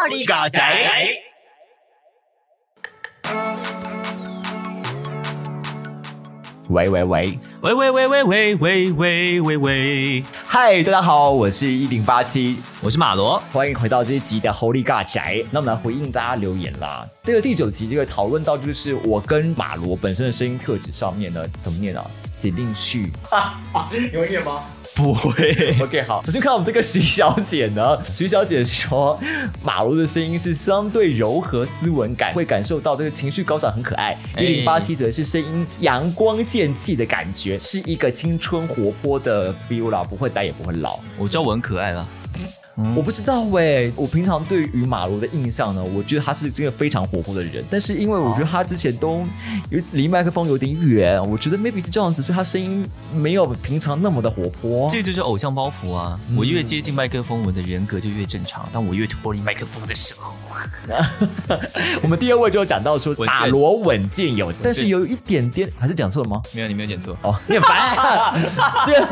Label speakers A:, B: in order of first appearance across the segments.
A: ホリガ
B: 仔
A: 喂喂喂，
B: 喂喂喂喂喂喂喂喂喂，
A: 嗨，大家好，我是一零八七，
B: 我是马罗。
A: 欢迎回到这一集的 Holy 尬宅。那我们来回应大家留言啦。这个第九集这个讨论到就是我跟马罗本身的声音特质上面呢，怎么念啊？指令序，你会念吗？
B: 不会，
A: OK，好，首先看到我们这个徐小姐呢， 徐小姐说马罗的声音是相对柔和斯文感，会感受到这个情绪高涨，很可爱。
B: 哎
A: 一零八七则是声音阳光剑气的感觉，是一个青春活泼的 feel 啦，不会呆也不会老。
B: 我知道我很可爱啊了。
A: 我不知道哎、我平常对于马罗的印象呢，我觉得他是这个非常活泼的人，但是因为我觉得他之前都有离麦克风有点远，我觉得 maybe 是这样子，所以他声音没有平常那么的活泼。
B: 这就是偶像包袱啊！我越接近麦克风，我的人格就越正常；当我越脱离麦克风的时候，
A: 我们第二位就有讲到说
B: 稳健
A: 打罗稳健有，但是有一点点还是讲错了吗？
B: 没有你没有点错。
A: 哦， 你很烦。这个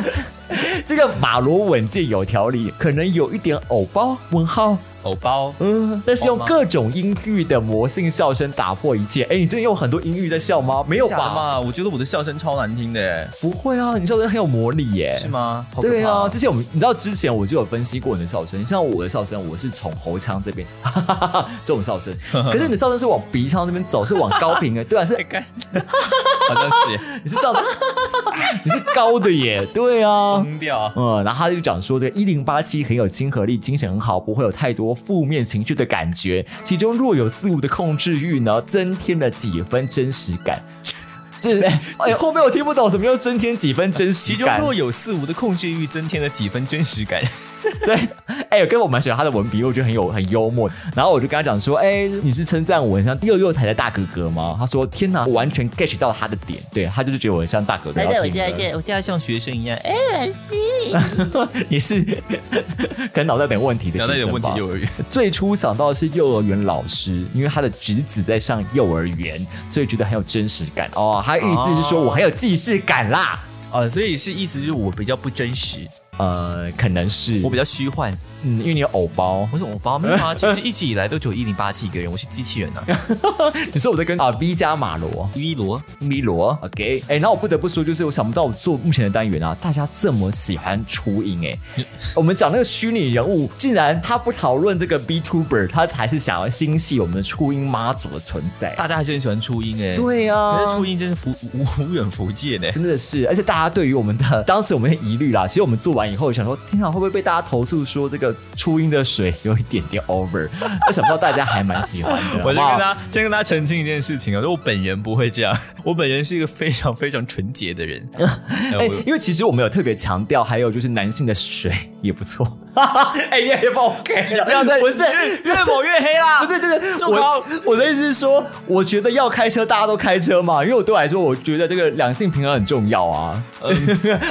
A: 这个马罗稳健有条理，可能有一点偶包问号，
B: 偶包，
A: 嗯，但是用
B: 偶吗
A: 各种音域的魔性笑声打破一切。哎，你真的有很多音域在笑吗？没有
B: 假的
A: 吧？
B: 嘛？我觉得我的笑声超难听的，
A: 不会啊，你笑声很有魔力耶。
B: 是吗？好可怕
A: 对啊，，之前我们你知道之前我就有分析过你的笑声，像我的笑声，我是从喉腔这边 这种笑 声，可是你的笑声是往鼻腔那边走，是往高频的，对 啊，是
B: 太 干，好像是
A: 你是这样， 你是高的耶，对啊。
B: 疯掉。
A: 嗯，然后他就讲说，这个一零八七很有亲和力，精神很好，不会有太多负面情绪的感觉。其中若有似无的控制欲呢，增添了几分真实感。这哎，后面我听不懂什么叫增添几分真实
B: 其中
A: 感。
B: 若有似无的控制欲，增添了几分真实感。
A: 对，哎，跟我蛮喜欢他的文笔，我觉得很有很幽默。然后我就跟他讲说，哎，你是称赞我很像幼幼台的大哥哥吗？他说，天哪，我完全 get 到他的点。对，他就是觉得我很像大哥哥。
B: 而
A: 然
B: 且
A: 后
B: 我
A: 听
B: 现在
A: 歌
B: 现在我现在像学生一 样，哎，
A: 你是可能脑袋有点问题的
B: 脑袋
A: 学
B: 有
A: 生
B: 问
A: 吧
B: 题，幼儿园。
A: 最初想到的是幼儿园老师，因为他的侄子在上幼儿园，所以觉得很有真实感哦。他意思是说
B: 哦
A: 我很有既视感啦。
B: 呃，所以是意思就是我比较不真实，
A: 呃，可能是
B: 我比较虚幻。
A: 嗯，因为你有偶包，
B: 我说我包没有 啊，其实一直以来都只有一零八七一个人，我是机器人啊。
A: 你说我在跟啊 V 加马罗
B: 一罗，
A: 米罗，OK，哎、然后我不得不说，就是我想不到我做目前的单元啊，大家这么喜欢初音哎、我们讲那个虚拟人物，竟然他不讨论这个 B Tuber，他还是想要心系我们的初音妈祖的存在。
B: 大家还是很喜欢初音哎、
A: 对呀、
B: 可是初音真是无无无远弗届 呢。
A: 真的是，而且大家对于我们的当时我们的疑虑啦，其实我们做完以后想说，天啊，会不会被大家投诉说这个初音的水有一点点 over？但 想不到大家还蛮喜欢的，
B: 我先
A: 好不好
B: 跟大家先跟大家澄清一件事情啊，就我本人不会这样， 我本人是一个非常非常纯洁的人。 哎
A: 哎、
B: 我
A: 因为其实我们有特别强调，还有就是男性的水也不错， 哎、也也不 OK 了，不要再不是
B: 越抹越黑啦！
A: 不是，就是
B: 住口
A: 我我的意思是说，我觉得要开车，大家都开车嘛，因为我对我来说，我觉得这个两性平衡很重要啊。
B: 嗯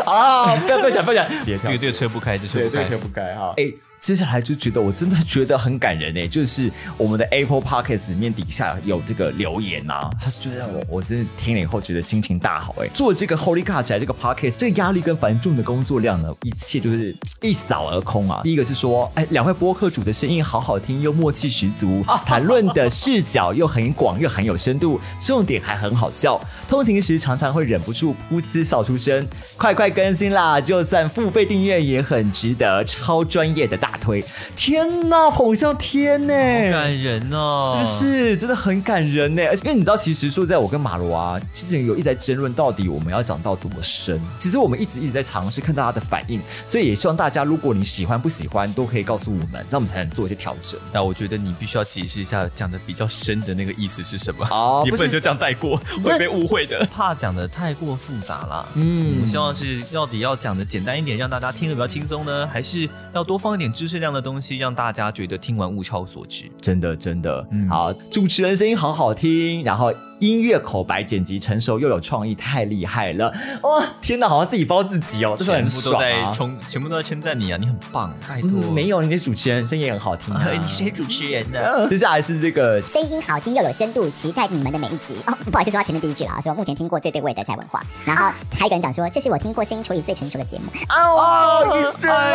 A: 啊，不要不要讲，不要讲，别
B: 这个这个车不开，这车
A: 对，
B: 不
A: 对
B: 开。
A: 全不该哈。哎、接下来就觉得我真的觉得很感人哎、就是我们的 Apple Podcast 里面底下有这个留言呐、啊，他是觉得我我真的听了以后觉得心情大好哎、做这个 Holy God 宅这个 Podcast，这个压力跟繁重的工作量呢，一切就是嘖一扫而空啊。第一个是说，哎、两位播客主的声音好好听，又默契十 足，谈论的视角又很广又很有深度，重点还很好笑。通勤时常常会忍不住噗嗤笑出声。快快更新啦！就算付费订阅也很值得，超专业的大推。天呐，捧上天呢、
B: 感人哦，
A: 是不？是嗯真的很感人呢？而且因为你知道，其实说实在我跟马罗啊，之前有一直在争论到底我们要讲到多深。其实我们一直一直在尝试看大家的反应，所以也希望大家，如果你喜欢不喜欢，都可以告诉我们，这样我们才能做一些调整。
B: 那我觉得你必须要解释一下讲的比较深的那个意思是什么
A: 哦
B: 你不
A: 不
B: 能
A: 是
B: 就这样带过，会被误会的。 怕讲的太过复杂啦，
A: 嗯
B: 嗯，我希望是到底要讲的简单一点，让大家听得比较轻松呢，还是要多放一点知识量的东西，让大家觉得听完物超所值？
A: 真的真的、
B: 嗯
A: 好，主持人声音好好听，然后。音乐口白、剪辑成熟又有创意，太厉害了！哇，天哪，好像自己包自己哦，这种很
B: 全部都
A: 爽
B: 在
A: 啊！
B: 冲，全部都在称赞你啊，你很棒，拜托。
A: 嗯，没有，你的主持人声音也很好听、啊
B: 啊，。 你是主持人啊呢。
A: 接下来是这个
C: 声音好听又有深度，期待你们的每一集哦。不好意思，说到前面第一句了啊，说目前听过最对味的宅文化，然后还有一个人讲说，这是我听过声音处理最成熟的节目。
A: 啊，不好意思啦。
B: 哎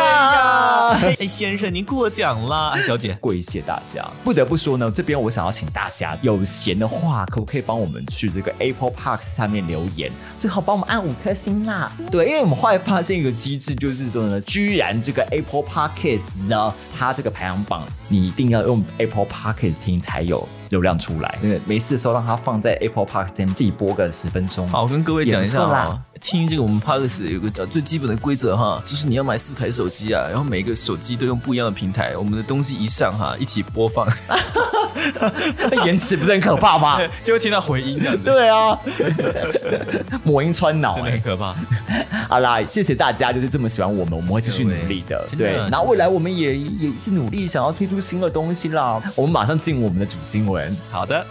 B: 呀，哎，先生您过奖啦， 哎，小姐。
A: 跪谢大家。不得不说呢，这边我想要请大家有闲的话，可不可以帮我们去这个 Apple Park 下面留言，最好帮我们按五颗星啦。对，因为我们后来发现一个机制，就是说呢，居然这个 Apple Podcast 呢，它这个排行榜你一定要用 Apple Podcast 听才有。流量出来，那个没事的时候让它放在 Apple Park 前自己播个十分钟。
B: 好，我跟各位讲一下
A: 也不错
B: 啊
A: 啦，
B: 听这个我们 p a r k s 有个叫最基本的规则哈，就是你要买四台手机啊，然后每个手机都用不一样的平台，我们的东西一上哈，一起播放，
A: 延迟不是很可怕吗？
B: 就会听到回音这样子，
A: 对啊， 魔音穿脑、
B: 真
A: 欸
B: 的，很可怕。
A: 好啦，谢谢大家，就是这么喜欢我们，我们会继续努力的。
B: 真的
A: 对
B: 真的，
A: 然后未来我们也也是努力想要推出新的东西啦。我们马上进我们的主新闻。
B: 好的，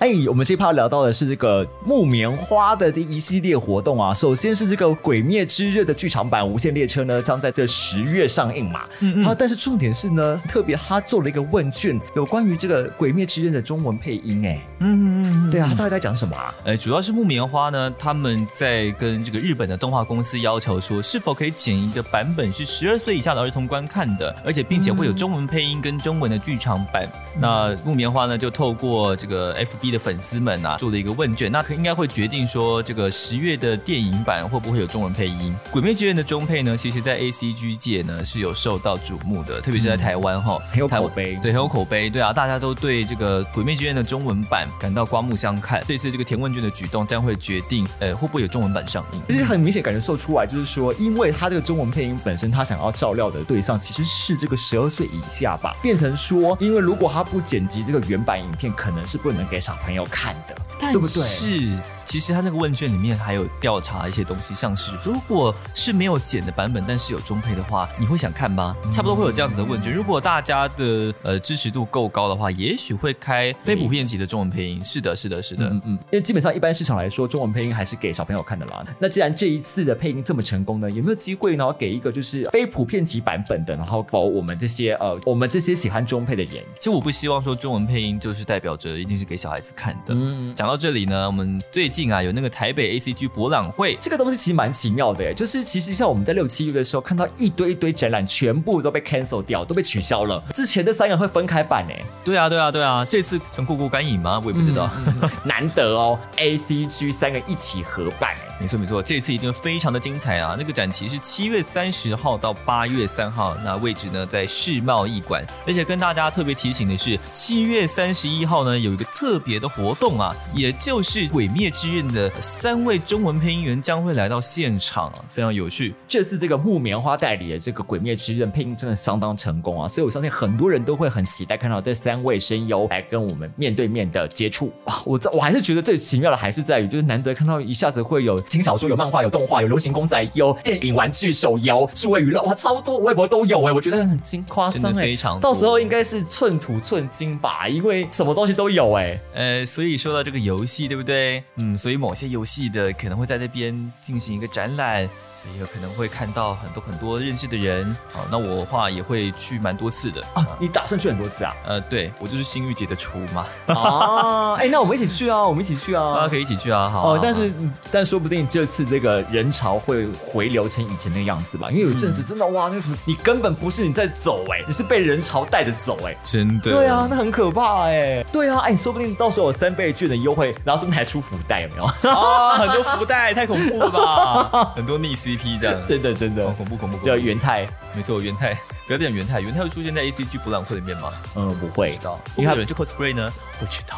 A: 哎，我们这一趴聊到的是这个木棉花的这一系列活动啊。首先是这个《鬼灭之刃》的剧场版《无限列车》呢，将在这十月上映嘛。嗯啊，但是重点是呢，特别他做了一个问卷，有关于这个《鬼灭之刃》的中文配音。哎，
B: 嗯嗯嗯。
A: 对啊，他到底在讲什么啊？
B: 呃，主要是木棉花呢，他们在跟这个日本的动画公司要求说，是否可以剪一个版本是十二岁以下的儿童观看的，而且并且会有中文配音跟中文的剧场版。
A: 嗯
B: 那木棉花呢，就透过这个 FB 的粉丝们啊，做了一个问卷，那可应该会决定说，这个十月的电影版会不会有中文配音。《鬼灭之刃》的中配呢，其实在 ACG 界呢是有受到瞩目的，特别是在台湾哈、
A: 嗯很有
B: 台
A: 口
B: 湾
A: 碑。
B: 对，很有口碑，对啊，大家都对这个《鬼灭之刃》的中文版感到刮目相看。这次这个填问卷的举动将会决定，呃，会不会有中文版上映？
A: 其实很明显感觉受出来，就是说，因为他这个中文配音本身，他想要照料的对象其实是这个十二岁以下吧，变成说，因为如果他不剪辑这个原版影片，可能是不能给小朋友看的，对不对？
B: 是，其实他那个问卷里面还有调查一些东西，像是如果是没有剪的版本，但是有中配的话，你会想看吗？差不多会有这样子的问卷。如果大家的呃支持度够高的话，也许会开非普遍级的中文配音。是的，是的，是的。
A: 嗯嗯，因为基本上一般市场来说，中文配音还是给小朋友看的啦。那既然这一次的配音这么成功呢，有没有机会呢给一个就是非普遍级版本的，然后否我们这些呃我们这些喜欢中配的人？
B: 其实我不希望说中文配音就是代表着一定是给小孩子看的。
A: 嗯，
B: 讲到这里呢，我们最近啊有那个台北 ACG 博览会，
A: 这个东西其实蛮奇妙的耶，就是其实像我们在六七月的时候看到一堆一堆展览，全部都被 cancel 掉，都被取消了。之前这三个会分开办哎，
B: 对啊对啊对啊，这次想过过干瘾吗？我也不知道。
A: 难得哦，A C G 三个一起合办哎。
B: 没错没错，这次一定非常的精彩啊！那个展期是七月三十号到八月三号，那位置呢在世贸艺馆。而且跟大家特别提醒的是，七月三十一号呢有一个特别的活动啊，也就是《鬼灭之刃》的三位中文配音员将会来到现场啊，非常有趣。
A: 这次这个木棉花代理的这个《鬼灭之刃》配音真的相当成功啊，所以我相信很多人都会很期待看到这三位声优来跟我们面对面的接触啊。我在我还是觉得最奇妙的还是在于，就是难得看到一下子会有轻小说、有漫画、有动画、有流行公仔、有电影、玩具、手游、数位娱乐，哇，超多微博都有哎、我觉得很惊夸张
B: 真的
A: 哎、
B: 非常多
A: 到时候应该是寸土寸金吧，因为什么东西都有哎、
B: 呃，所以说到这个游戏，对不对？嗯，所以某些游戏的可能会在那边进行一个展览，所以有可能会看到很多很多认识的人。好，那我的话也会去蛮多次的。
A: 啊，你打算去很多 次啊？
B: 呃，对我就是星玉姐的厨嘛，
A: 啊，哎、那我们一起去啊，我们一起去啊，
B: 大家可以一起去啊，好啊
A: 哦，但是嗯但说不定这次这个人潮会回流成以前那个样子吧，因为有一阵子真的
B: 嗯
A: 哇，那个什么，你根本不是你在走哎、你是被人潮带着走哎、
B: 真的
A: 对啊，，那很可怕哎、对啊，哎、说不定到时候有三倍券的优惠，然后顺便还出福袋，有没 有？
B: 啊，很多福袋，太恐怖 了吧，很多逆 CP 这样，
A: 真的真的
B: 哦，恐怖恐怖恐
A: 叫
B: 怖，
A: 元泰，
B: 没错，元太，不要讲元太，元太会出现在 ACG 博览会里面吗？
A: 嗯，不会
B: 不知。道，
A: 因为
B: 因为
A: 他
B: 有人去 cosplay 呢，不知道。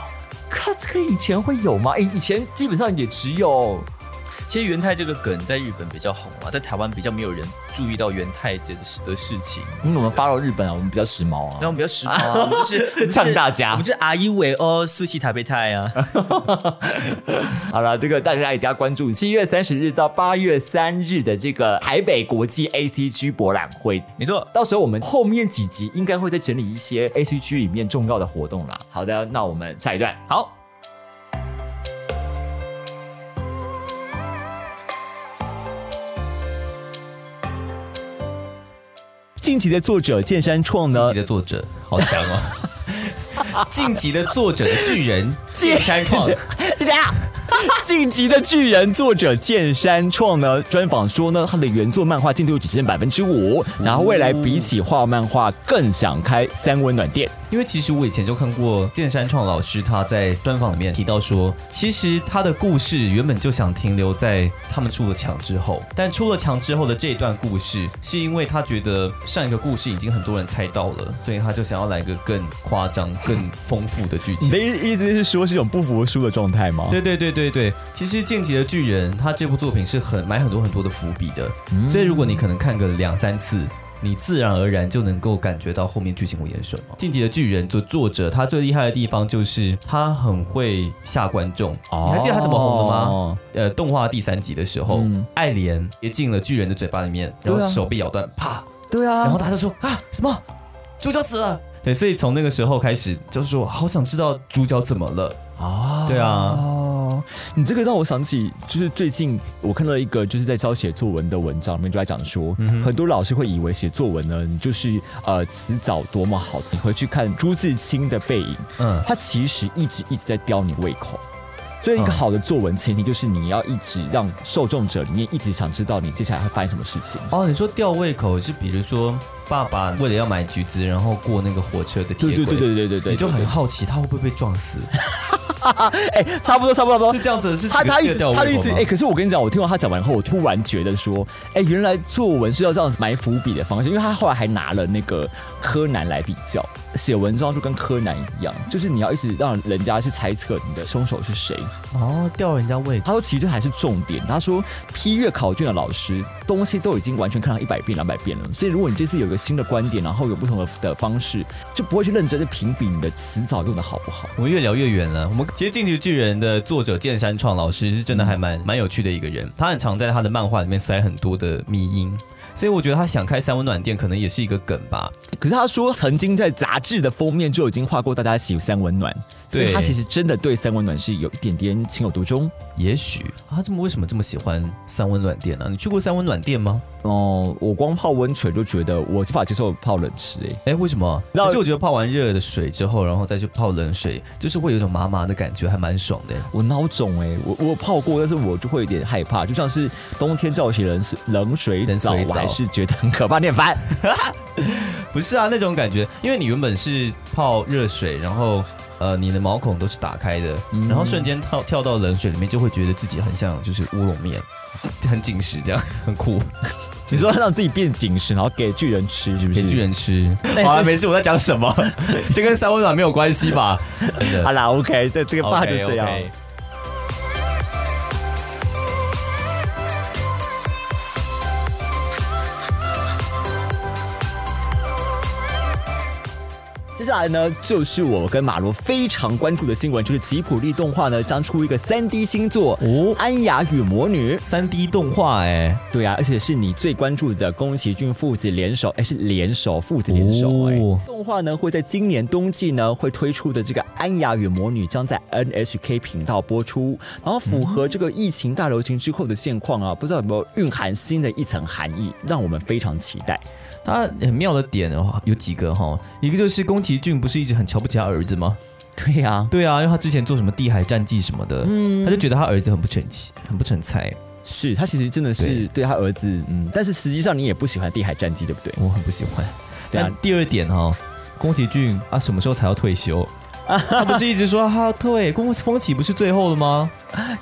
A: 看这个以前会有吗？哎、以前基本上也只有
D: 其实元太这个梗在日本比较红啊，在台湾比较没有人注意到元太这个事的事情。
A: 因为我们 follow 日本啊，我们比较时髦
D: 然后我
A: 啊。
D: 们比较时髦啊，我们就是 我们就是
A: 呛大家
D: 我们就是阿 U 维哦，苏西塔贝泰啊。
A: 好了，这个大家一定要关注七月三十日到八月三日的这个台北国际 ACG 博览会。
D: 没错，
A: 到时候我们后面几集应该会再整理一些 ACG 里面重要的活动啦。好的，那我们下一段。
D: 好，
A: 近期的作者剑山创
D: 晋
A: 呢
D: 级，的作者好强哦。晋级的作者巨人 剑山创，
A: 怎样？ 晋级的巨人作者剑山创呢专访说呢，他的原作漫画进度只剩百分之五，然后未来比起画漫画更想开三温暖店。
B: 因为其实我以前就看过剑山创老师他在专访里面提到说，其实他的故事原本就想停留在他们出了墙之后，但出了墙之后的这一段故事，是因为他觉得上一个故事已经很多人猜到了，所以他就想要来个更夸张、更丰富的剧情
A: 你的。意意思是说是一种不服输的状态吗？
B: 对对对对对，其实《进击的巨人》它这部作品是很埋很多很多的伏笔的，
A: 嗯
B: 所以如果你可能看个两三次。你自然而然就能够感觉到后面剧情会演什么。《进击的巨人》的作者他最厉害的地方就是他很会吓观众。
A: 哦
B: 你还记得他怎么红的
A: 哦
B: 吗？呃，动画第三集的时候，爱莲也进了巨人的嘴巴里面，然后
A: 嗯对啊
B: 手被咬断，啪，
A: 对啊
B: 然后他就说啊什么，主角死了。对，所以从那个时候开始，就是说好想知道主角怎么了。
A: 啊
B: 对啊
A: 哦，你这个让我想起，就是最近我看到一个就是在教写作文的文章里面就在讲说，
B: 嗯
A: 很多老师会以为写作文呢，你就是呃词藻多么好，你回去看朱自清的《背影》，
B: 嗯，
A: 他其实一直一直在吊你胃口。所以，一个
B: 嗯
A: 好的作文前提就是你要一直让受众者里面一直想知道你接下来会发生什么事情。
B: 哦，你说吊胃口是比如说爸爸为了要买橘子，然后过那个火车的铁
A: 对对
B: 轨，
A: 对对对对对，
B: 你就很好奇他会不会被撞 死，
A: 哎、差不多差不多差不多
B: 是，这样子的事情。
A: 他他意思
B: 吊胃
A: 他
B: 口
A: 的意思，
B: 吗
A: 哎、可是我跟你讲，我听完他讲完后，我突然觉得说，哎、原来作文是要这样子埋伏笔的方式，因为他后来还拿了那个柯南来比较，写文章就跟柯南一样，就是你要一直让人家去猜测你的凶手是谁。
B: 哦，吊人家胃口。
A: 他说其实这才是重点，他说批阅考卷的老师东西都已经完全看到一百遍、两百遍了，所以如果你这次有一个新的观点，然后有不同的的方式，就不会去认真的评比你的词藻用的好不好。
B: 我们越聊越远了。我们其实《进击的巨人》的作者剑山创老师是真的还蛮蛮有趣的一个人，他很常在他的漫画里面塞很多的迷音，所以我觉得他想开三温暖店可能也是一个梗吧。
A: 可是他说，曾经在杂志的封面就已经画过大家喜欢三温暖，所以
B: 对
A: 他其实真的对三温暖是有一点点情有独钟。
B: 也许啊他这么为什么这么喜欢三温暖店呢、你去过三温暖店吗？
A: 哦，我光泡温泉就觉得我无法接受泡冷池、欸，
B: 哎，为什么？
A: 那
B: 可是我觉得泡完热的水之后，然后再去泡冷水，就是会有一种麻麻的感觉，还蛮爽的。
A: 我脑肿哎，我我有泡过，但是我就会有点害怕，就像是冬天叫我洗冷水冷水
B: 冷
A: 澡，
B: 水
A: 我
B: 澡
A: 还是觉得很可怕，念烦。
B: 不是啊，那种感觉，因为你原本是泡热水，然后呃，你的毛孔都是打开的，然后瞬间跳跳到冷水里面，就会觉得自己很像就是乌龙面， 很紧实这样， 很酷，
A: 你说让自己变紧实，然后给巨人吃，是不是？
B: 给巨。人吃。
A: 那
B: 好了，啊
A: 这
B: 没事，我在讲什么？这跟三温暖没有关系吧？啊真的
A: 好。啦，OK，这这个话就
B: OK，OK
A: 这样。接下来呢，就是我跟马罗非常关注的新闻，就是吉卜力动画呢将出一个三 D 新作《
B: 哦，
A: 安雅与魔女》。
B: 三 D 动画哎、
A: 对啊，而且是你最关注的宫崎骏父子联手，哎，是联手父子联手哎。
B: 哦
A: 动画呢会在今年冬季呢会推出的这个《安雅与魔女》将在 NHK 频道播出，然后符合这个疫情大流行之后的现况啊，不知道有没有蕴含新的一层含义，让我们非常期待。
B: 他很妙的点的话有几个哈，一个就是宫崎骏不是一直很瞧不起他儿子吗？
A: 对呀、啊，
B: 对啊，因为他之前做什么地海战记什么的，
A: 嗯
B: 他就觉得他儿子很不成器，很不成才。
A: 是他其实真的是对他儿子，嗯，但是实际上你也不喜欢《地海战记》，对不对？
B: 我很不喜欢。
A: 对啊
B: 但第二点哈、宫崎骏啊，什么时候才要退休？他不是一直说哈对，宫风起不是最后了吗？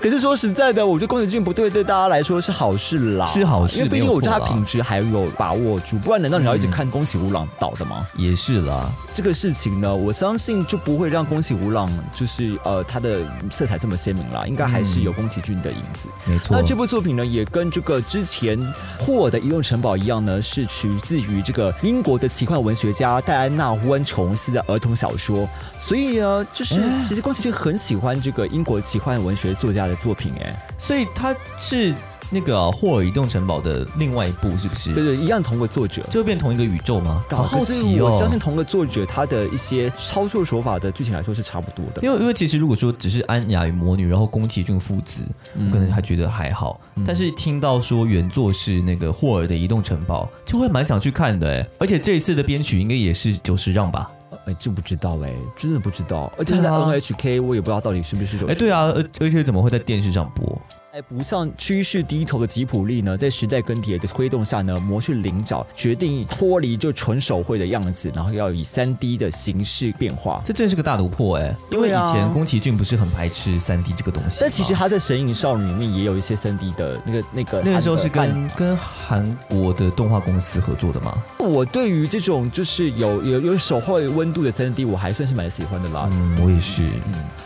A: 可是说实在的，我觉得宫崎骏不对，对大家来说是好事啦，
B: 是好事
A: 因为毕竟
B: 没有
A: 我觉得
B: 错啊
A: 他
B: 啦
A: 品质还有把握住，不然难道你要一直看宫崎吾朗导
B: 嗯
A: 的吗？
B: 也是啦，
A: 这个事情呢，我相信就不会让宫崎吾朗就是呃他的色彩这么鲜明啦，应该还是有宫崎骏的影子。
B: 没嗯错
A: 那。这部作品呢，也跟这个之前霍尔的《移动城堡》一样呢，是取自于这个英国的奇幻文学家戴安娜·温琼斯的儿童小说。所以呢，就是
B: 哎
A: 其实宫崎骏很喜欢这个英国奇幻文学作家的作品，哎，
B: 所以他是那个啊霍尔移动城堡的另外一部，是不是？
A: 对对，一样同个作者。
B: 这会变同一个宇宙吗？好好
A: 可是
B: 奇
A: 我
B: 哦
A: 相。信同个作者他的一些操作手法的剧情来说是差不多的。
B: 因为因为其实如果说只是安雅与魔女，然后宫崎骏父子，
A: 嗯
B: 我可能还觉得还好。但是听到说原作是那个霍尔的《移动城堡》，就会蛮想去看的哎。而且这一次的编曲应该也是久石让吧？
A: 哎，这不知道哎，真的不知道。而且他在
B: 对啊
A: NHK，我也不知道到底是不是有。
B: 哎，对啊，而而且怎么会在电视上播？
A: 哎，不像趋势低头的吉普力呢，在时代更迭的推动下呢，磨去棱角，决定脱离就纯手绘的样子，然后要以三 D 的形式变化。
B: 这真是个大突破哎！因为
A: 对啊
B: 以前宫崎骏不是很排斥三 D 这个东西吗，
A: 但其实他在《神隐少女》里面也有一些三 D 的那个那个
B: 那个时候是
A: 韩版
B: 跟跟韩国的动画公司合作的嘛。
A: 我对于这种就是有有有手绘温度的三 D，我还算是蛮喜欢的啦。
B: 嗯，我也是。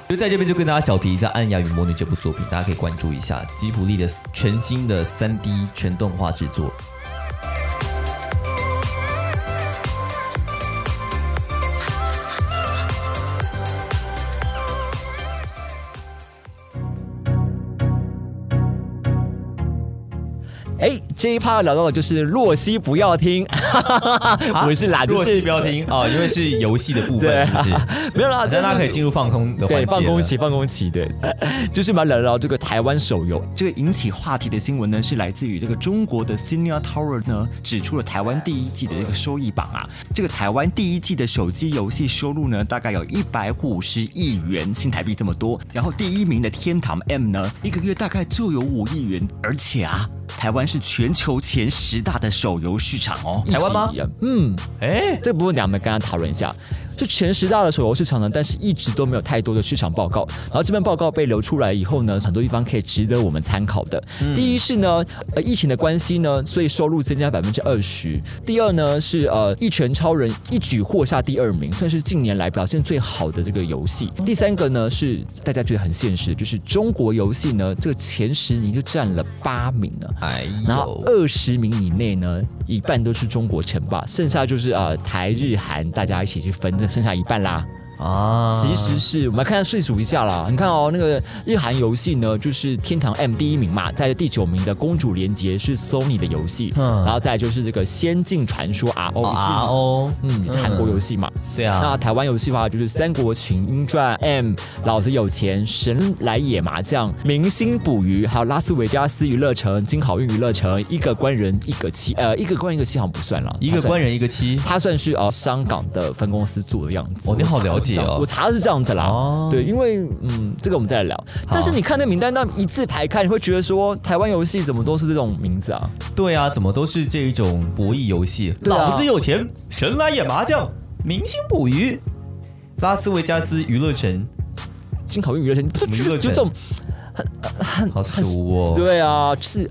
B: 就在这边就跟大家小提一下《暗雅与魔女》这部作品，大家可以关注一下吉卜力的全新的三 D 全动画制 作。
A: 哎，这一趴聊到的就是洛西不要听，不是啦，就
B: 啊若曦
A: 是
B: 不 要听啊，因为是游戏的部
A: 对啊
B: 分，是不是？
A: 没有啦，
B: 大
A: 就是
B: 家可以进入放空的环节
A: 对，
B: 了。
A: 放工期，放工期， 对，就是嘛，聊聊这个台湾手游，这个引起话题的新闻呢，是来自于这个中国的 Senior Tower 呢，指出了台湾第一季的这个收益榜啊，这个台湾第一季的手机游戏收入呢，大概有一百五十亿元新台币这么多，然后第一名的天堂 M 呢，一个月大概就有五亿元，而且啊，台湾是全球前十大的手游市场哦，
B: 台湾吗
A: 一直以来？嗯。
B: 哎，
A: 这部分等一下我们跟他讨论一下。就前十大的手游市场呢，但是一直都没有太多的市场报告。然后这份报告被流出来以后呢，很多地方可以值得我们参考的。第一是呢，呃，疫情的关系呢，所以收入增加百分之二十。第二呢是呃，一拳超人一举获下第二名，算是近年来表现最好的这个游戏。第三个呢是大家觉得很现实，就是中国游戏呢，这个前十名就占了八名了。
B: 哎
A: 然后
B: 呦，
A: 二十名以内呢，一半都是中国称霸，剩下就是啊、呃台日韩大家一起去分，那剩下一半啦。
B: 啊，
A: 呃其实是我们来看看睡数一下啦，你看哦，那个日韩游戏呢，就是《天堂 M》第一名嘛，在第九名的《公主连结》是 Sony 的游戏，
B: 嗯
A: 然后再来就是这个《仙境传说》RO，、
B: 啊
A: 哦、
B: 哦，
A: 嗯，也是韩国游戏嘛。
B: 对啊
A: 那，台湾游戏的话，就是《三国群英传》、M、老子有钱、神来也麻将、明星捕鱼，还有拉斯维加斯娱乐城、金好运娱乐城，一个官人一个妻，呃，一个官人一个妻好像不算了，
B: 一个官
A: 人。
B: 人一个妻，
A: 他算是呃香港的分公司做的样子。
B: 哦你好
A: 我查
B: 了解
A: 是这样
B: 哦
A: 我查的是这样子啦。
B: 哦
A: 对，因为嗯，这个我们再来聊。但是你看那名单，那一字排开，你会觉得说台湾游戏怎么都是这种名字啊？
B: 对啊，怎么都是这一种博弈游戏？
A: 对啊
B: 老子有钱，神来也麻将，明星捕鱼，拉斯维加斯娱乐城，
A: 金好运娱乐城，就
B: 么娱
A: 就
B: 乐城
A: 就这种
B: 好俗哦。
A: 对啊，就是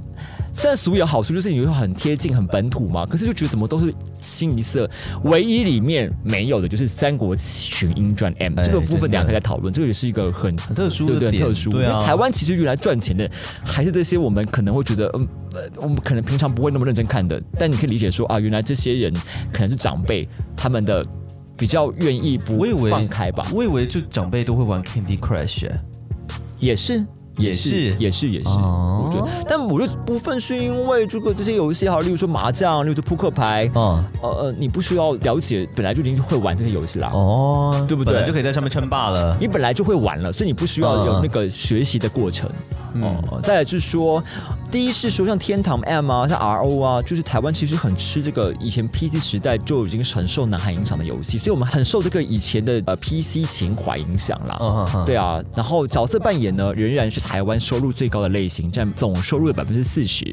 A: 虽然俗有好处，就是你会很贴近、很本土嘛，可是就觉得怎么都是清一色。唯一里面没有的就是《三国群英传 M》
B: 哎
A: 这个部分，
B: 真的
A: 两个在讨论，这个也是一个很很
B: 特殊的
A: 对不对很
B: 点
A: 特殊。
B: 对啊
A: 因为台湾其实原来赚钱的还是这些我们可能会觉得，嗯，呃我们可能平常不会那么认真看的，但你可以理解说啊，原来这些人可能是长辈，他们的比较愿意不
B: 我以为
A: 放开吧，
B: 我以为就长辈都会玩 Candy Crush，哎
A: 也是。
B: 也
A: 也
B: 是
A: 是也是也是，
B: 哦
A: 我觉得，但我觉得部分是因为这个这些游戏，还有例如说麻将，例如说扑克牌，
B: 嗯
A: 呃呃，你不需要了解，本来就已经会玩这些游戏啦，
B: 哦，
A: 对不对
B: 本来就可以在上面称霸了。嗯
A: 哦你本来就会玩了，所以你不需要有那个学习的过程。哦、再来就是说，第一是说像天堂 M 啊，像 RO 啊，就是台湾其实很吃这个以前 PC 时代就已经很受南海影响的游戏，所以我们很受这个以前的呃 PC 情怀影响啦。
B: 嗯哼哼
A: 对啊，然后角色扮演呢，仍然是台湾收入最高的类型，占总收入的百分之四十。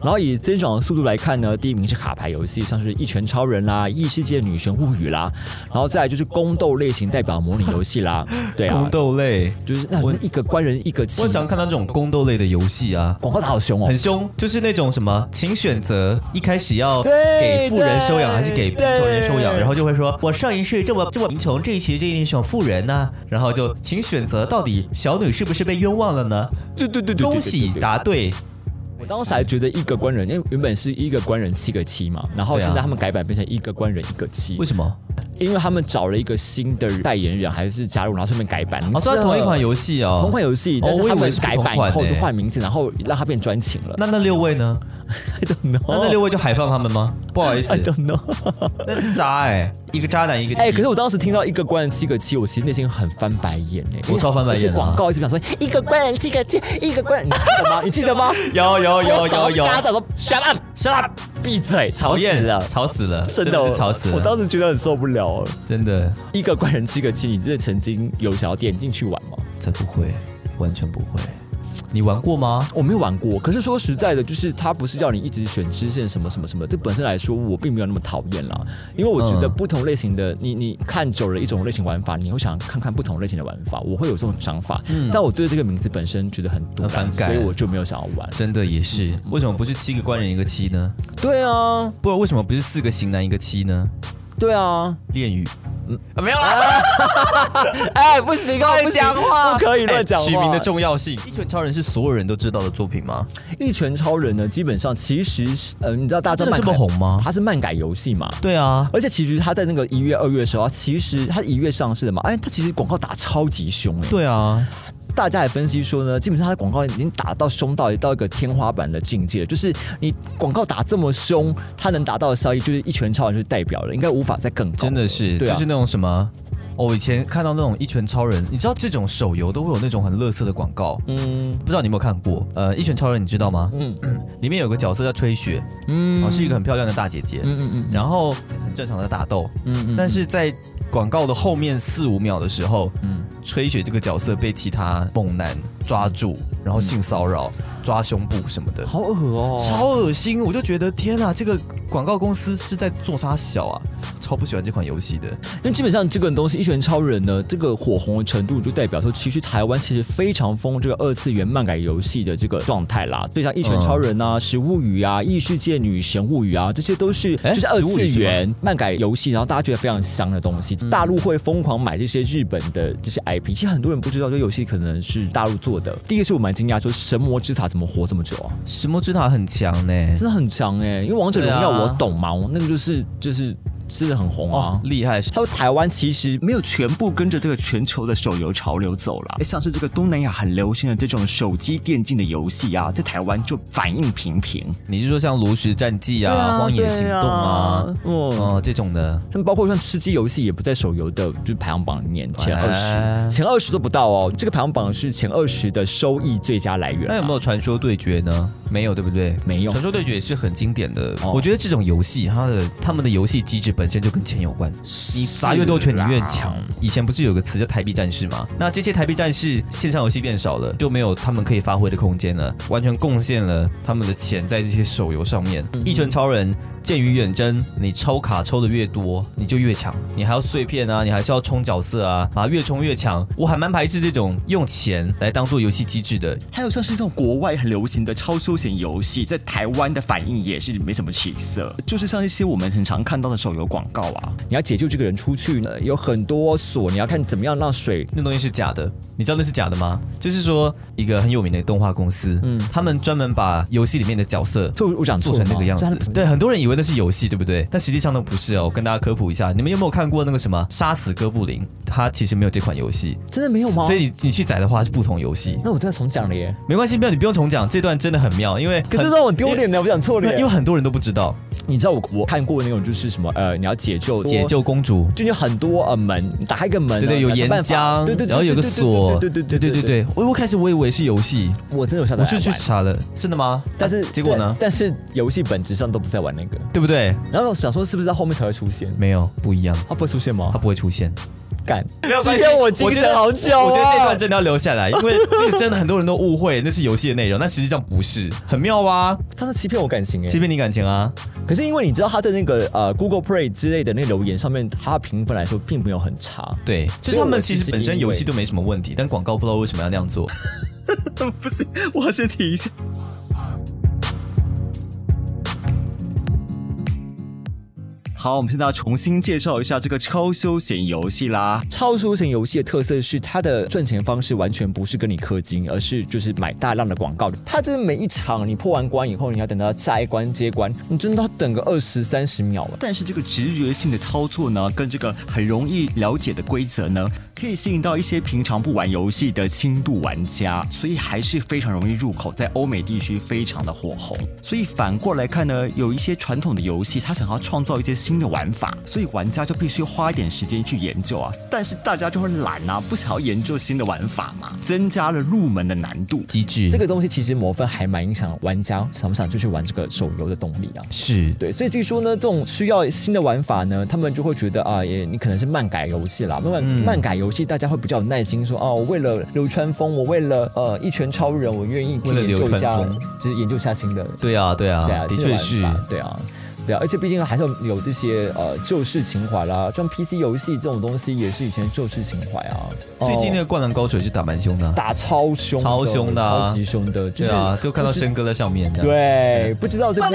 A: 然后以增长的速度来看呢，第一名是卡牌游戏，像是《一拳超人》啦，《异世界女神物语》啦，然后再来就是宫斗类型代表模拟游戏啦，对啊
B: 宫，斗类，
A: 就是那一个官人一个
B: 我
A: 棋
B: 很，常看到这种宫斗类的游戏啊。
A: 广告打好凶哦
B: 很。凶，就是那种什么，请选择一开始要
A: 对
B: 给富人收养还是给贫
A: 对
B: 穷人收养，
A: 对
B: 然后就会说，我上一世这么这么贫穷，这一期就一定选富人呐、然后就请选择到底小女是不是被冤枉了呢？
A: 对对对对对对对
B: 恭喜答对，
A: 我当时还觉得一个官人，因为原本是一个官人七个七嘛，然后
B: 对啊
A: 现在他们改版变成一个官人一个七
B: 为，什么？哦
A: 因为他们找了一个新的代言人，还是加入，然后顺便改版。
B: 哦，算同一款游戏哦，
A: 同款游戏，但是
B: 我以
A: 他
B: 为
A: 们
B: 是
A: 改版
B: 同
A: 以
B: 款
A: 后
B: 呢
A: 就换名字，然后让它变专情了。
B: 那那六位呢？
A: I don't
B: 那那
A: know，I
B: 六位就海放他们吗？不好意思，
A: don't know。
B: 那是渣哎、一个渣男一个
A: 哎、
B: 鸡
A: 可是我当时听到一个官人七个七，我其实内心很翻白眼哎、
B: 我超翻白眼
A: 而且
B: 的啊
A: 广告一直想说一个官人七个七，一个官人，你记得 吗？你记得吗？
B: 有有有
A: 我想要
B: 有有
A: 跟，大家讲说 shut up，
B: shut up，
A: 闭嘴，吵
B: 讨
A: 死
B: 厌
A: 了。
B: 吵死了，
A: 真
B: 真
A: 的，
B: 是吵死
A: 我当
B: 了，
A: 时觉得很受不了了。
B: 真的，
A: 一个官人七个七，你真的曾经有想要点进去玩吗？
B: 才不会，完全不会。你玩过吗？
A: 我没有玩过，可是说实在的，就是它不是叫你一直选支线什么什么什么，这本身来说我并没有那么讨厌啦，因为我觉得
B: 嗯
A: 不同类型的、你你看久了一种类型玩法，你会想看看不同类型的玩法，我会有这种想法，但我对这个名字本身觉得很毒
B: 嗯很
A: 然，
B: 反感
A: 所以我就没有想要玩。
B: 真的也是，为什么不是七个官人一个妻呢？
A: 对啊，
B: 不然为什么不是四个型男一个妻呢？
A: 对啊，
B: 恋语，
D: 啊没有啦，
A: 哎，不行啊，不行
D: 讲话
A: 不可以乱讲话。
B: 哎取名的重要性，《一拳超人》是所有人都知道的作品吗？
A: 一拳超人呢，基本上其实是呃，你知道大家
B: 真的
A: 漫
B: 这么
A: 改
B: 红吗
A: 它是漫改游戏嘛，
B: 对啊，
A: 而且其实它在那个一月、二月的时候，它其实它一月上市的嘛，哎，它其实广告打超级凶哎、
B: 对啊，
A: 大家也分析说呢，基本上它的广告已经打到凶到到一个天花板的境界了，就是你广告打这么凶，它能达到的效益就是一拳超人就是代表了，应该无法再更高了。
B: 真的是，
A: 对啊，
B: 就是那种什么。哦，我以前看到那种一拳超人，你知道这种手游都会有那种很乐色的广告，
A: 嗯
B: 不知道你有没有看过？呃，一拳超人你知道吗？
A: 嗯
B: 里面有个角色叫吹雪，
A: 嗯
B: 哦，是一个很漂亮的大姐姐，
A: 嗯嗯嗯
B: 然后很正常的打斗，
A: 嗯嗯，
B: 但是在广告的后面四五秒的时候，
A: 嗯
B: 吹雪这个角色被其他猛男抓住，然后性骚扰、抓胸部什么的，
A: 好恶嗯哦、
B: 超恶心！我就觉得天啊，这个广告公司是在做啥小啊？超不喜欢这款游戏的，
A: 因为基本上这个东西《一拳超人》呢，这个火红的程度就代表说，其实台湾其实非常疯这个二次元漫改游戏的这个状态啦。所以像《一
B: 嗯
A: 拳超人》啊，食物语》啊，《异世界女神物语》啊，这些都是
B: 哎
A: 就是二
B: 食物
A: 次
B: 语是吗
A: 元漫改游戏，然后大家觉得非常香的东
B: 嗯
A: 西。大陆会疯狂买这些日本的这些 IP，其实很多人不知道，这游戏可能是大陆做的。第一个是我蛮惊讶，说《神魔之塔》怎么活这么久啊？
B: 《石魔之塔》很强呢、
A: 真的很强哎、因为《王者荣耀》
B: 对啊
A: 我懂嘛，我那个就是就是真的很红啊。
B: 哦，厉害！
A: 他说台湾其实没有全部跟着这个全球的手游潮流走了，哎像是这个东南亚很流行的这种手机电竞的游戏啊，在台湾就反应平平。
B: 你是说像《炉石战记》啊，荒野行动》啊，，
A: 嗯。
B: 哦、这种的，
A: 他们包括像吃鸡游戏也不在手游的，就是排行榜里面前二十、
B: 哎
A: 前二十都不到哦。这个排行榜是前二十的收益最佳来源、啊。
B: 那有没有传说对决呢？没有，对不对？
A: 没有
B: 传说对决也是很经典的。
A: 哦
B: 我觉得这种游戏，它的他们的游戏机制本身就跟钱有关。你
A: 是啦
B: 砸越多拳，你越强。以前不是有个词叫台币战士吗？那这些台币战士线上游戏变少了，就没有他们可以发挥的空间了，完全贡献了他们的钱在这些手游上面。一拳超人。剑与远征，你抽卡抽的越多，你就越强。你还要碎片啊，你还是要冲角色啊，啊，越冲越强。我还蛮排斥这种用钱来当做游戏机制的，
A: 还有像是这种国外很流行的超休闲游戏，在台湾的反应也是没什么起色。就是像一些我们很常看到的手游广告啊，你要解救这个人出去呢，有很多锁，你要看怎么样让水。
B: 那东西是假的，你知道那是假的吗？就是说，一个很有名的动画公司，嗯，他们专门把游戏里面的角色
A: 就我讲
B: 做成那个样
A: 错了吗
B: 子，对，很多人以为那是游戏，对不对？但实际上那不是哦。我跟大家科普一下，你们有没有看过那个什么《杀死哥布林》？它其实没有这款游戏，
A: 真的没有吗？
B: 所以你你去载的话是不同游戏，
A: 那我都要重讲了耶。
B: 没关系，不要你不用重讲，这段真的很妙，因为
A: 可是
B: 很
A: 让我丢脸的，我讲错了
B: 因为
A: 耶。
B: 因为很多人都不知道，
A: 你知道我我看过那种就是什么呃，你要解救
B: 解救公主，
A: 就你很多呃门，你打开一个门啊，
B: 对对，有
A: 想
B: 岩
A: 办
B: 浆
A: 法对对，对
B: 然后有个锁，
A: 对对对对
B: 对
A: 对，
B: 对。我我开始我以为是游戏，
A: 我真的有下载
B: 我
A: 来
B: 就去
A: 玩
B: 查了，真的吗？
A: 但是
B: 啊结果呢？
A: 哎但但是游戏本质上都不在玩那个，
B: 对不对？
A: 然后我想说是不是在后面才会出现？
B: 没有，不一样，
A: 它不会出现
B: 它
A: 吗？
B: 不会出现。
A: 干，
D: 有
A: 今
D: 关系
A: 天我精神好久啊！
B: 我觉得这段真的要留下来，因为这个真的很多人都误会那是游戏的内容，但实际上不是，很妙啊，
A: 他是欺骗我感情哎、
B: 欺骗你感情啊。
A: 可是因为你知道他在那个呃 Google Play 之类的那个留言上面，他评分来说并没有很差。
B: 对，就是他们其实本身游戏都没什么问题，但广告不知道为什么要那样 做。
D: 不是，我要先停一下。
E: 好，我们现在要重新介绍一下这个超休闲游戏啦。
A: 超休闲游戏的特色是它的赚钱方式完全不是跟你氪金，而是就是买大量的广告。它这每一场你破完关以后，你要等到下一关接关，你真的要等个二十三十秒哎。
E: 但是这个直觉性的操作呢，跟这个很容易了解的规则呢，可以吸引到一些平常不玩游戏的轻度玩家，所以还是非常容易入口，在欧美地区非常的火红。所以反过来看呢，有一些传统的游戏，它想要创造一些新的玩法，所以玩家就必须花一点时间去研究啊。但是大家就会懒啊，不想要研究新的玩法嘛，增加了入门的难度。
B: 机制
A: 这个东西其实魔分还蛮影响玩家想不想就去玩这个手游的动力啊。
B: 是
A: 对，所以据说呢，这种需要新的玩法呢，他们就会觉得啊，也你可能是漫改游戏啦，漫、
B: 嗯
A: 漫改游戏大家会比较有耐心说，哦，我为了流川枫，我为了呃一拳超人，我愿意去
B: 为了
A: 研究一
B: 流川
A: 下
B: 枫，
A: 就是研究一下新的，
B: 对啊，对啊，
A: 对啊，
B: 的
A: 新的
B: 确
A: 玩
B: 是。
A: 法对啊。对啊，而且毕竟还是有这些呃旧式情怀啦，像 PC 游戏这种东西也是以前旧式情怀啊。
B: 最近那
A: 哦
B: 个《灌篮高手》就打蛮凶的啊，
A: 打超凶的，
B: 超凶的啊
A: 超级凶的，就
B: 对
A: 是
B: 啊，就看啊到
A: 不知
B: 生哥在上面这样。
A: 对，不知道这部。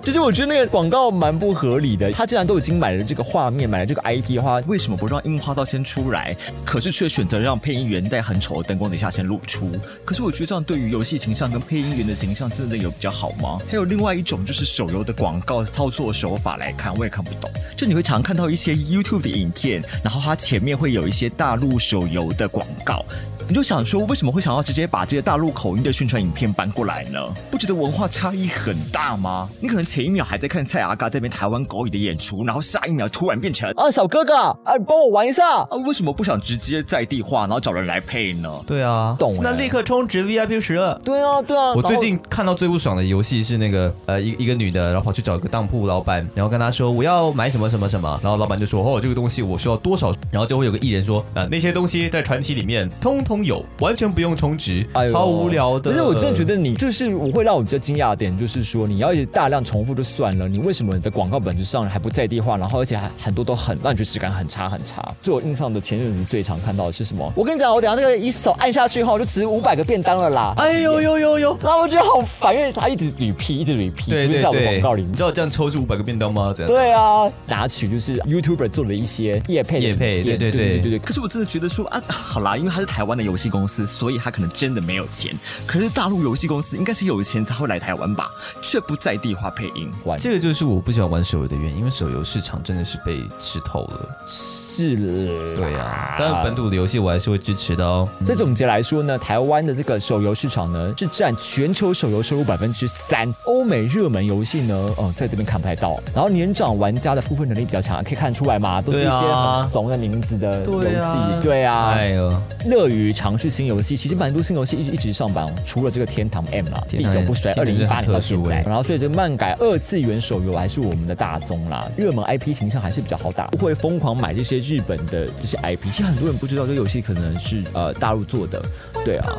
A: 就是我觉得那个广告蛮不合理的，他既然都已经买了这个画面，买了这个 IP 的话，
E: 为什么不让樱花道先出来？可是却选择让配音员在很丑的灯光底下先露出。可是我觉得这样对于游戏形象跟配音员的形象真的有比较好吗？还有另外一种就是手游的广告操作手法来看，我也看不懂。就你会常看到一些 YouTube 的影片，然后它前面会有一些大陆手游的广告。你就想说，为什么会想要直接把这些大陆口音的宣传影片搬过来呢？不觉得文化差异很大吗？你可能前一秒还在看蔡阿嘎这边台湾狗语的演出，然后下一秒突然变成
A: 啊，小哥哥，啊，帮我玩一下。
E: 啊，为什么不想直接在地化，然后找人来配呢？
B: 对啊，
A: 懂欸
B: 那立刻充值 VIP 十二。
A: 对啊，对啊。
B: 我最
A: 然后
B: 近看到最不爽的游戏是那个呃一一个女的，然后跑去找一个当铺老板，然后跟他说我要买什么什么什么，然后老板就说哦这个东西我需要多少，然后就会有个艺人说呃那些东西在传奇里面通通有，完全不用充值，
A: 哎呦
B: 超无聊的。
A: 可是我真的觉得你就是我会让我比较惊讶的点，就是说你要一直大量重复就算了，你为什么你的广告本质上还不在地化，然后而且还很多都很让你觉得质感很差很差。最我印象的前阵子最常看到的是什么？我跟你讲，我等下这个一手按下去后就值五百个便当了啦。
B: 哎呦呦呦呦，
A: 然后我觉得好烦，因为他一直捋 P，一直捋 P，
B: 对
A: 就是
B: 对
A: 在我的
B: 对，
A: 广告里
B: 你
A: 面
B: 知。道这样抽出五百个便当吗？怎样？
A: 对啊，拿取就是 YouTuber 做的一些业配的
B: 业配
A: 影片
B: 对对对
A: 对对对。
E: 可是我真的觉得说啊，好啦，因为他是台湾的游戏公司，所以他可能真的没有钱。可是大陆游戏公司应该是有钱才会来台湾吧，却不在地化配音。
A: 玩
B: 这个就是我不喜欢玩手游的原因，因为手游市场真的是被吃透了。
A: 是了
B: 对啊，当然本土的游戏我还是会支持的哦。
A: 这总结来说呢，台湾的这个手游市场呢，是占全球手游收入百分之三。欧美热门游戏呢，哦、在这边看不太到。然后年长玩家的付费能力比较强，可以看出来嘛，都是一些
B: 对啊
A: 很怂的名字的游
B: 对
A: 戏
B: 啊。
A: 对啊，
B: 哎呦，
A: 乐于尝试新游戏，其实蛮多新游戏一直一直上榜，除了这个《天堂 M》啊，历
B: 天堂 M，
A: 久不衰，二
B: 天堂
A: 零一
B: M
A: 八年到
B: 很特殊
A: 现在。
B: 欸
A: 然后，所以这个漫改二次元手游还是我们的大宗啦，热门 IP 形象还是比较好打，不会疯狂买这些日本的这些 IP。其实很多人不知道这游戏可能是呃大陆做的，对啊。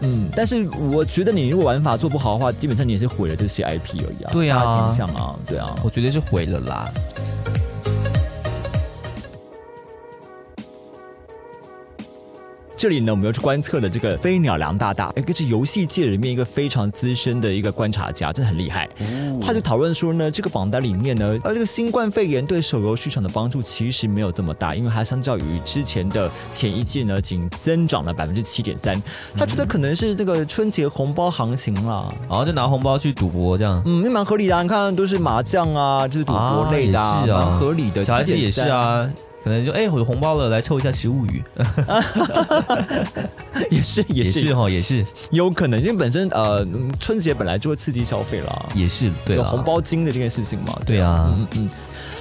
A: 嗯，但是我觉得你如果玩法做不好的话，基本上你也是毁了这些 IP 而已啊，
B: 对啊
A: 大的形象啊，对啊。
B: 我绝对是毁了啦。
A: 这里呢，我们又去观测的这个飞鸟梁大大，哎，这是游戏界里面一个非常资深的一个观察家，真的很厉害。
B: 哦
A: 他就讨论说呢，这个榜单里面呢，呃，这个新冠肺炎对手游市场的帮助其实没有这么大，因为它相较于之前的前一季呢，仅增长了百分之七点三。他觉得可能是这个春节红包行情啦，
B: 然后就拿红包去赌博这样。
A: 嗯，那蛮合理的、啊。你看，都是麻将啊，就是赌博类的、
B: 也是啊，
A: 蛮合理的。
B: 小孩子
A: 7.3
B: 也是。啊，可能就哎、我有红包了，来抽一下食物语，
A: 也是也
B: 也
A: 是
B: 是哈，也是
A: 有可能，因为本身呃嗯春节本来就会刺激消费啦，
B: 也是对
A: 有
B: 啦
A: 红，包嗯金的这件事情嘛，
B: 对啊，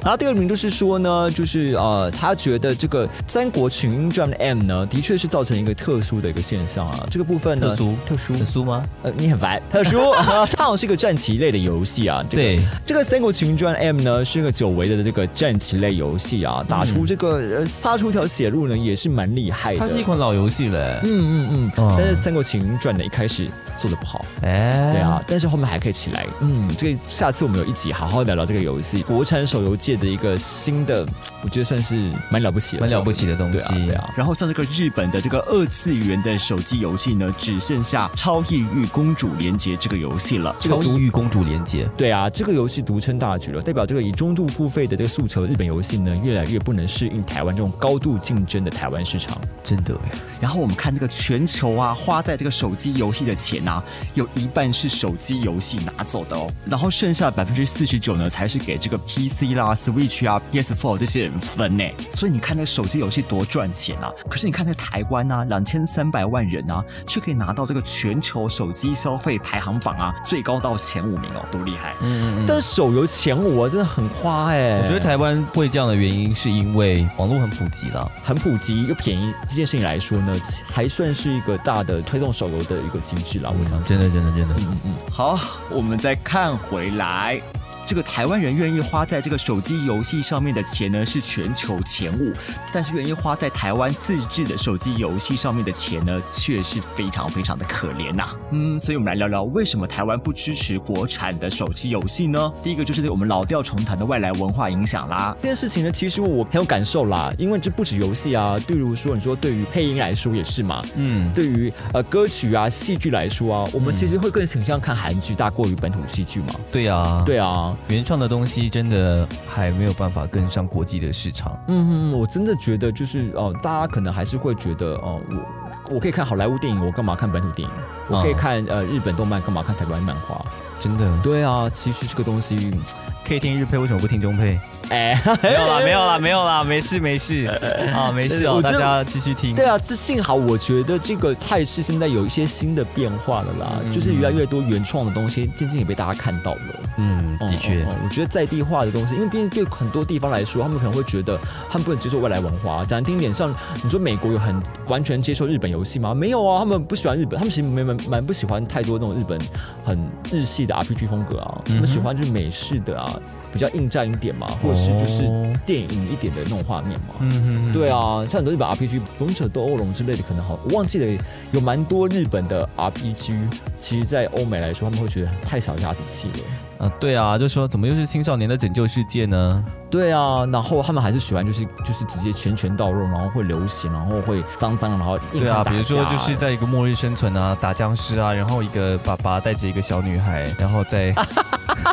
A: 然后第二名就是说呢，就是呃，他觉得这个三国群英传的 M 呢，的确是造成一个特殊的一个现象啊。这个部分呢，
B: 特殊
A: 特殊
B: 很酥吗？
A: 呃，你很烦，特殊， 啊它好像是一个战棋类的游戏啊。这个、
B: 对，
A: 这个《三国群英传 M》呢，是一个久违的这个战棋类游戏
B: 嗯
A: 啊，打出这个、呃，杀出一条血路呢，也是蛮厉害的。
B: 它是一款老游戏嘞，
A: 嗯嗯嗯
B: 嗯，
A: 但是《三国群英传》呢，一开始做的不好。
B: 哎，
A: 对啊，，但是后面还可以起来。嗯，这个下次我们有一起好好聊聊这个游戏，国产手游界的一个新的，我觉得算是蛮了不起的，
B: 蛮了不起的东
A: 对啊，
B: 西
A: 对，啊。
F: 然后像这个日本的这个二次元的手机游戏呢，只剩下《超异域公主连结》这个游戏了。
B: 超异域公主连接，
A: 对啊，这个游戏独撑大局了，代表这个以中度付费的这个诉求，日本游戏呢越来越不能适应台湾这种高度竞争的台湾市场。
B: 真的哎，
F: 然后我们看这个全球啊，花在这个手机游戏的钱啊，有一半是手机游戏拿走的哦。然后剩下百分之四十九呢，才是给这个 PC 啦、Switch 啊、PS4 这些人分呢。所以你看那个手机游戏多赚钱啊！可是你看那个台湾啊，两千三百万人啊，却可以拿到这个全球手机消费排行榜啊，最高到前五名哦，多厉害！
A: 但手游前五啊，真的很花哎、
B: 嗯我觉得台湾会这样的原因是因为网络很普及啦，
A: 很普及又便宜这件事情来说呢，还算是一个大的推动手游的一个机制啦。我相信。
B: 真的真的真的，
F: 好，我们再看回来。这个台湾人愿意花在这个手机游戏上面的钱呢，是全球前五；但是愿意花在台湾自制的手机游戏上面的钱呢，却是非常非常的可怜呐、嗯，所以我们来聊聊为什么台湾不支持国产的手机游戏呢？第一个就是对我们老调重弹的外来文化影响啦。
A: 这件事情呢，其实我很有感受啦，因为这不止游戏啊，例如说你说对于配音来说也是嘛，
B: 嗯，
A: 对于呃歌曲啊、戏剧来说啊，我们其实会更倾向看韩剧大过于本土戏剧嘛。
B: 对啊，
A: 对啊，
B: 原创的东西真的还没有办法跟上国际的市场，
A: 嗯，我真的觉得就是哦、呃大家可能还是会觉得哦、我我可以看好莱坞电影，我干嘛看本土电影？我可以看、呃日本动漫，干嘛看台湾漫画？
B: 真的
A: 对啊，其实这个东西，
B: 可以听日配，为什么不听中配？
A: 哎、
G: 没有啦，没有啦，没有啦，没事没事 啊，没事哦，
A: 我觉
G: 大家
A: 得
G: 继续听。
A: 对啊，这幸好我觉得这个态势现在有一些新的变化了啦，就是越来越多原创的东西渐渐也被大家看到了。
B: 嗯，的确
A: 嗯，嗯嗯我觉得在地化的东西，因为毕竟对很多地方来说，他们可能会觉得他们不能接受外来文化。啊讲难听一点，像你说美国有很完全接受日本游戏吗？没有啊，他们不喜欢日本，他们其实没蛮蛮不喜欢太多那种日本很日系的 RPG 风格啊，他
B: 嗯
A: 们喜欢就是美式的啊，比较应战一点
B: 哦
A: 嘛，或者是就是电影一点的那种画面嘛。
G: 嗯
A: 对啊，像很多日本 RPG《勇者斗恶龙》之类的，可能好，我忘记了，有蛮多日本的 RPG，其实，在欧美来说，他们会觉得太小家子气了。
B: 啊，对啊，就说怎么又是青少年的拯救世界呢？
A: 对啊，然后他们还是喜欢就是就是直接拳拳到肉，然后会流血，然后会脏脏，然后硬
B: 对啊，
A: 汉打
B: 比如说
A: 架
B: 就是在一个末日生存啊，打僵尸啊，然后一个爸爸带着一个小女孩，然后 再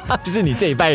A: 啊就是你这一拜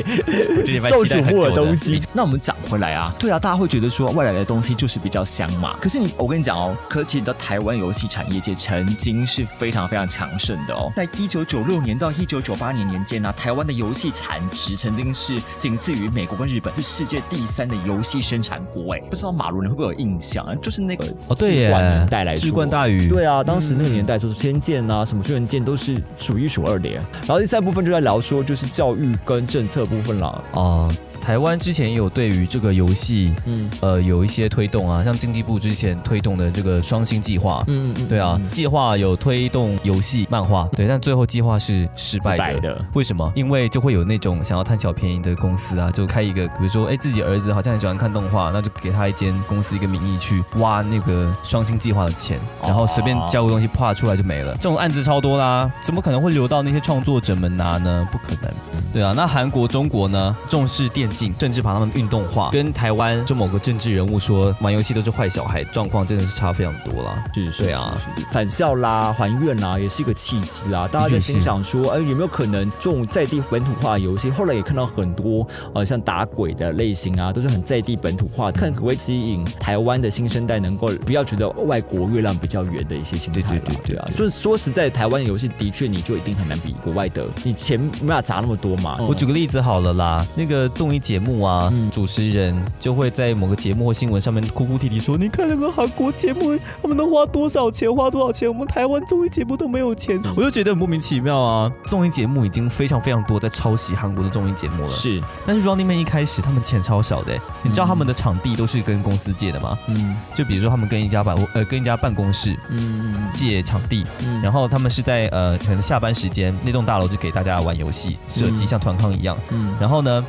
B: 礼拜
A: 受
B: 期待
A: 瞩
B: 很
A: 目的
B: 久的
A: 东西。
F: 那我们讲回来啊，对啊，大家会觉得说外来的东西就是比较香嘛。可是你，我跟你讲哦，可其实你知道台湾游戏产业界曾经是非常非常强盛的哦。在一九九六年到一九九八年年间呢、台湾的游戏产值曾经是仅次于美国跟日本，是世界第三的游戏生产国。哎，不知道马伦你会不会有印象？啊就是那个
B: 哦，对
A: 至冠
B: 耶
A: 年代来，说
B: 置冠大鱼，
A: 对啊，当时那个年代就是《仙剑》啊，什么《轩辕剑》都是数一数二的耶。然后第三部分就在聊说就是教育跟政策部分了。
B: 哦、台湾之前也有对于这个游戏，
A: 嗯
B: 呃，有一些推动啊，像经济部之前推动的这个双星计划，
A: 嗯嗯，
B: 对啊，计划有推动游戏、漫画，对，但最后计划是失败的。
A: 失败的
B: 为什么？因为就会有那种想要贪小便宜的公司啊，就开一个，比如说，哎，自己儿子好像很喜欢看动画，那就给他一间公司一个名义去挖那个双星计划的钱，然后随便交个东西画出来就没了。这种案子超多啦，怎么可能会留到那些创作者们拿呢？不可能。对啊，那韩国、中国呢，重视电竞，甚至把他们运动化，跟台湾就某个政治人物说玩游戏都是坏小孩，状况真的是差非常多啦。
A: 是是
B: 对啊，
A: 是是返校啦、还愿啦，也是一个契机啦。大家在心想说，哎、有没有可能这种在地本土化的游戏？后来也看到很多呃，像打鬼的类型啊，都是很在地本土化的，看可不可以吸引台湾的新生代能够不要觉得外国月亮比较圆的一些心态啦。
B: 对对对
A: 啊，所以说实在，台湾的游戏的确你就一定很难比国外的，你钱没办法砸那么多嘛。
B: 我举个例子好了啦，那个综艺节目啊，主持人就会在某个节目或新闻上面哭哭啼啼说：“你看那个韩国节目，他们都花多少钱，花多少钱，我们台湾综艺节目都没有钱。”我就觉得很莫名其妙啊！综艺节目已经非常非常多在抄袭韩国的综艺节目了，
H: 是
B: 但是 Running Man 一开始他们钱超少的欸，你知道他们的场地都是跟公司借的吗？嗯，就比如说他们跟一家办呃跟一家办公室嗯借场地，
A: 嗯
B: 然后他们是在呃可能下班时间那栋大楼就给大家玩游戏射击，像团康一样。
H: 嗯
B: 然后呢，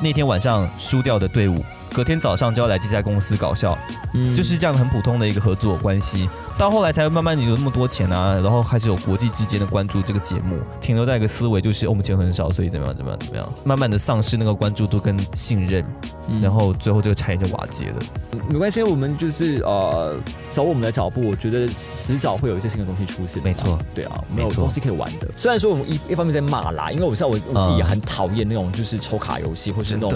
B: 那天晚上输掉的队伍，隔天早上就要来这家公司搞笑，
H: 嗯
B: 就是这样很普通的一个合作关系。到后来才慢慢有那么多钱啊，然后开始有国际之间的关注这个节目，停留在一个思维就是、哦、我们钱很少，所以怎么样怎么样怎么样，慢慢的丧失那个关注度跟信任，然后最后这个产业就瓦解了。
A: 没关系，我们就是呃走我们的脚步，我觉得迟早会有一些新的东西出现。
B: 没错，
A: 对啊，我们有
B: 没错
A: 东西可以玩的。虽然说我们一一方面在骂啦，因为我像我我
B: 嗯
A: 自己也很讨厌那种就是抽卡游戏，或是那种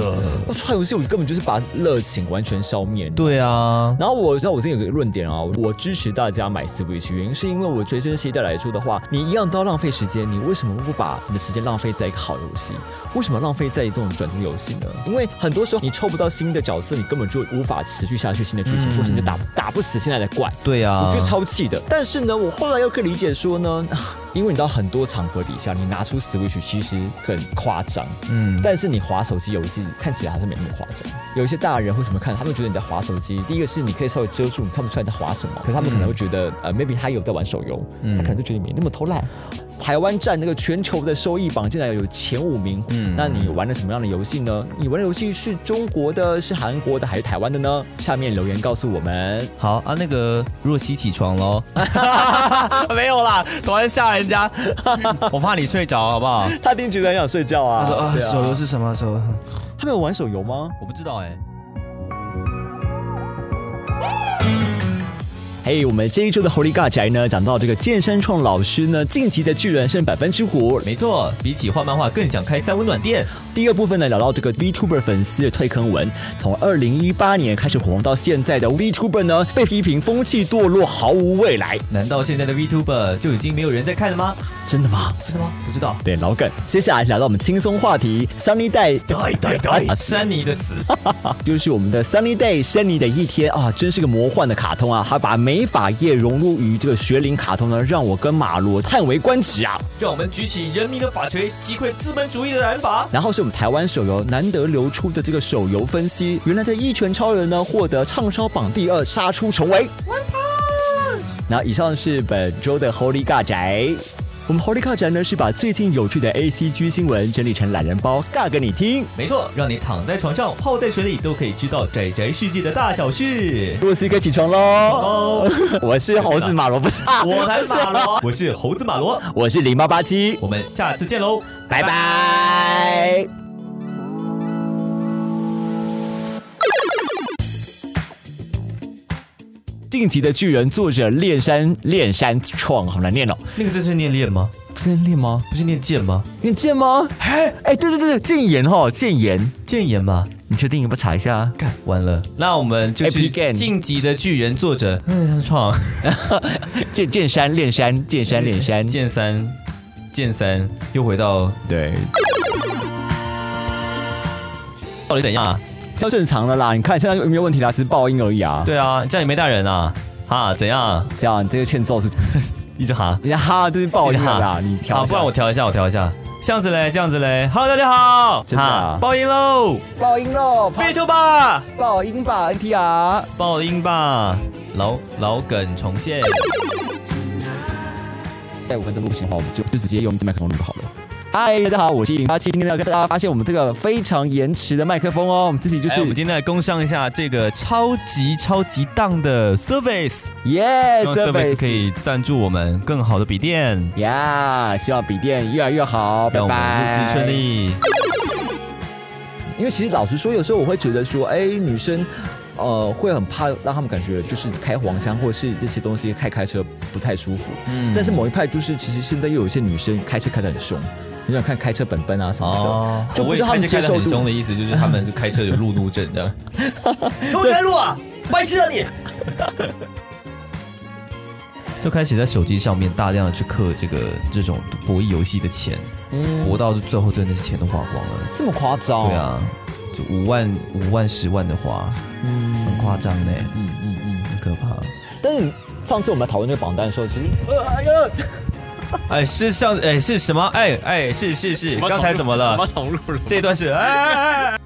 A: 我抽卡游戏，我根本就是把热情完全消灭。
B: 对啊，
A: 然后我知道我这有个论点啊，我支持大家买 Switch，原因是因为我觉得这些代来说的话，你一样都要浪费时间，你为什么不把你的时间浪费在一个好游戏？为什么浪费在这种转租游戏呢？因为很多时候你抽不到新的角色，你根本就无法持续下去新的剧情，或是你就打打不死现在的怪。
B: 对啊，
A: 我觉得超气的。但是呢，我后来又可以理解说呢， 因为你到很多场合底下，你拿出 Switch 其实很夸张，嗯，但是你滑手机游戏看起来好像没那么夸张。有一些大人或什么看，他们觉得你在滑手机，第一个是你可以稍微遮住，你看不出来你在滑什么，可他们可能会觉得，呃，maybe 他有在玩手游，他可能就觉得你没那么偷懒。台湾占那个全球的收益榜，竟然有前五名。嗯，那你玩了什么样的游戏呢？你玩的游戏是中国的、是韩国的还是台湾的呢？下面留言告诉我们。
B: 好啊，那个若曦起床喽， 没有啦，突然吓人家， 我怕你睡着，好不好？
A: 他一定觉得很想睡觉啊。
B: 他说啊，
A: 对
B: 手游是什么手游？
A: 他们有玩手游吗？
B: 我不知道哎、
A: 嘿、我们这一周的 Holy God 宅呢，讲到这个剑山创老师呢，晋级的巨人剩百分之五。
B: 没错，比起画漫画更想开三温暖店。
A: 第二部分呢，聊到这个 VTuber 粉丝的退坑文，从二零一八年开始火红到现在的 VTuber 呢，被批评风气堕落，毫无未来。
B: 难道现在的 VTuber 就已经没有人在看了吗？
A: 真的吗？
B: 真的吗？不知道。
A: 对，老梗。接下来聊到我们轻松话题，桑尼 带，对对
B: 哎，山泥的死，
A: 又啊是我们的 Sunny Day 山尼的一天啊，真是个魔幻的卡通啊！它把美发业融入于这个学龄卡通呢，让我跟马罗叹为观止啊！
B: 让我们举起人民的法锤，击溃资本主义的染法。
A: 然后是我们台湾手游难得流出的这个手游分析，原来的《一拳超人》呢获得畅销榜第二，杀出重围。那以上是本周的 Holy 尬宅。我们 Holy 尬宅呢是把最近有趣的 A C G 新闻整理成懒人包，尬给你听。
B: 没错，让你躺在床上，泡在水里，都可以知道宅宅世界的大小事。
A: 若曦可以起床喽！
B: 哦，
A: 我是猴子马罗，不是，啊
B: 我来马 罗，我是猴子马罗，
A: 我是零八八七，
B: 我们下次见喽，
A: 拜拜。晋级的巨人作者炼山炼山创，好难念哦，
B: 那个字是念恋吗？
A: 不是念吗？
B: 不是念剑吗？
A: 念剑吗？哎哎，对对对对，谏言哦，谏言，
B: 剑言吧。
A: 你确定？要不要查一 下？
B: 干完了，那我们就是
A: Epic Game
B: 《晋级的巨人》作者，嗯，创
A: 剑剑山炼山，剑山炼山，
B: 剑三，剑三又回到
A: 对，
B: 到底怎样啊？
A: 超正常的啦。你看现在没有问题啦，只是爆音而已啊。
B: 对啊，家里没大人啊，哈，怎样啊？
A: 这样这个欠揍是，
B: 一直哈，
A: 呀哈，这是爆音了啦，
B: 一直哈
A: 啊你调
B: 好，
A: 一下。
B: 不然我调一下，我调一下，这样子嘞，这样子嘞，Hello，大家好，
A: 真的啊
B: 哈爆音喽，
A: 爆音喽，
B: 飞兔吧，
A: 爆音吧，NTR。
B: 爆音吧，老老梗重现，哎
A: 再五分钟录不行的话，我们就就直接用麦克风录就好了。嗨，大家好，我是一零八七，今天要跟大家发现我们这个非常延迟的麦克风哦，我们自己就
B: 就是
A: 是
B: 哎我们今天来工商一下这个超级超级档的 service，
A: 耶
B: 希望 service 可
A: 以
B: 以赞助我们更好的笔电。
A: 呀希望笔电越来越好，拜
B: 让我
A: 拜，
B: 们录制顺。利。
A: 因为其实老实说，有时候我会觉得说，哎，女生。呃，会很怕让他们感觉就是开黄腔或者是这些东西开开车不太舒服。嗯，但是某一派就是其实现在又有一些女生开车开得很凶，你想看开车本本啊什么的，
B: 哦，
A: 就不知道他们接
B: 开车
A: 受
B: 开得很
A: 度
B: 凶。的意思，就是他们就开车有路怒症这样。
D: 他们在录啊，白痴啊你！
B: 就开始在手机上面大量的去氪这个这种博弈游戏的钱，博到最后真的是钱都花光了。
A: 这么夸张？
B: 对，啊，就五万、五万、十万的花，很夸张呢，嗯嗯嗯，很可怕。
A: 但是上次我们讨论那个榜单的时候，其实
B: 哎，是上哎是什么？哎哎是是是，刚才怎么了？
I: 重录了。
B: 这段是哎哎哎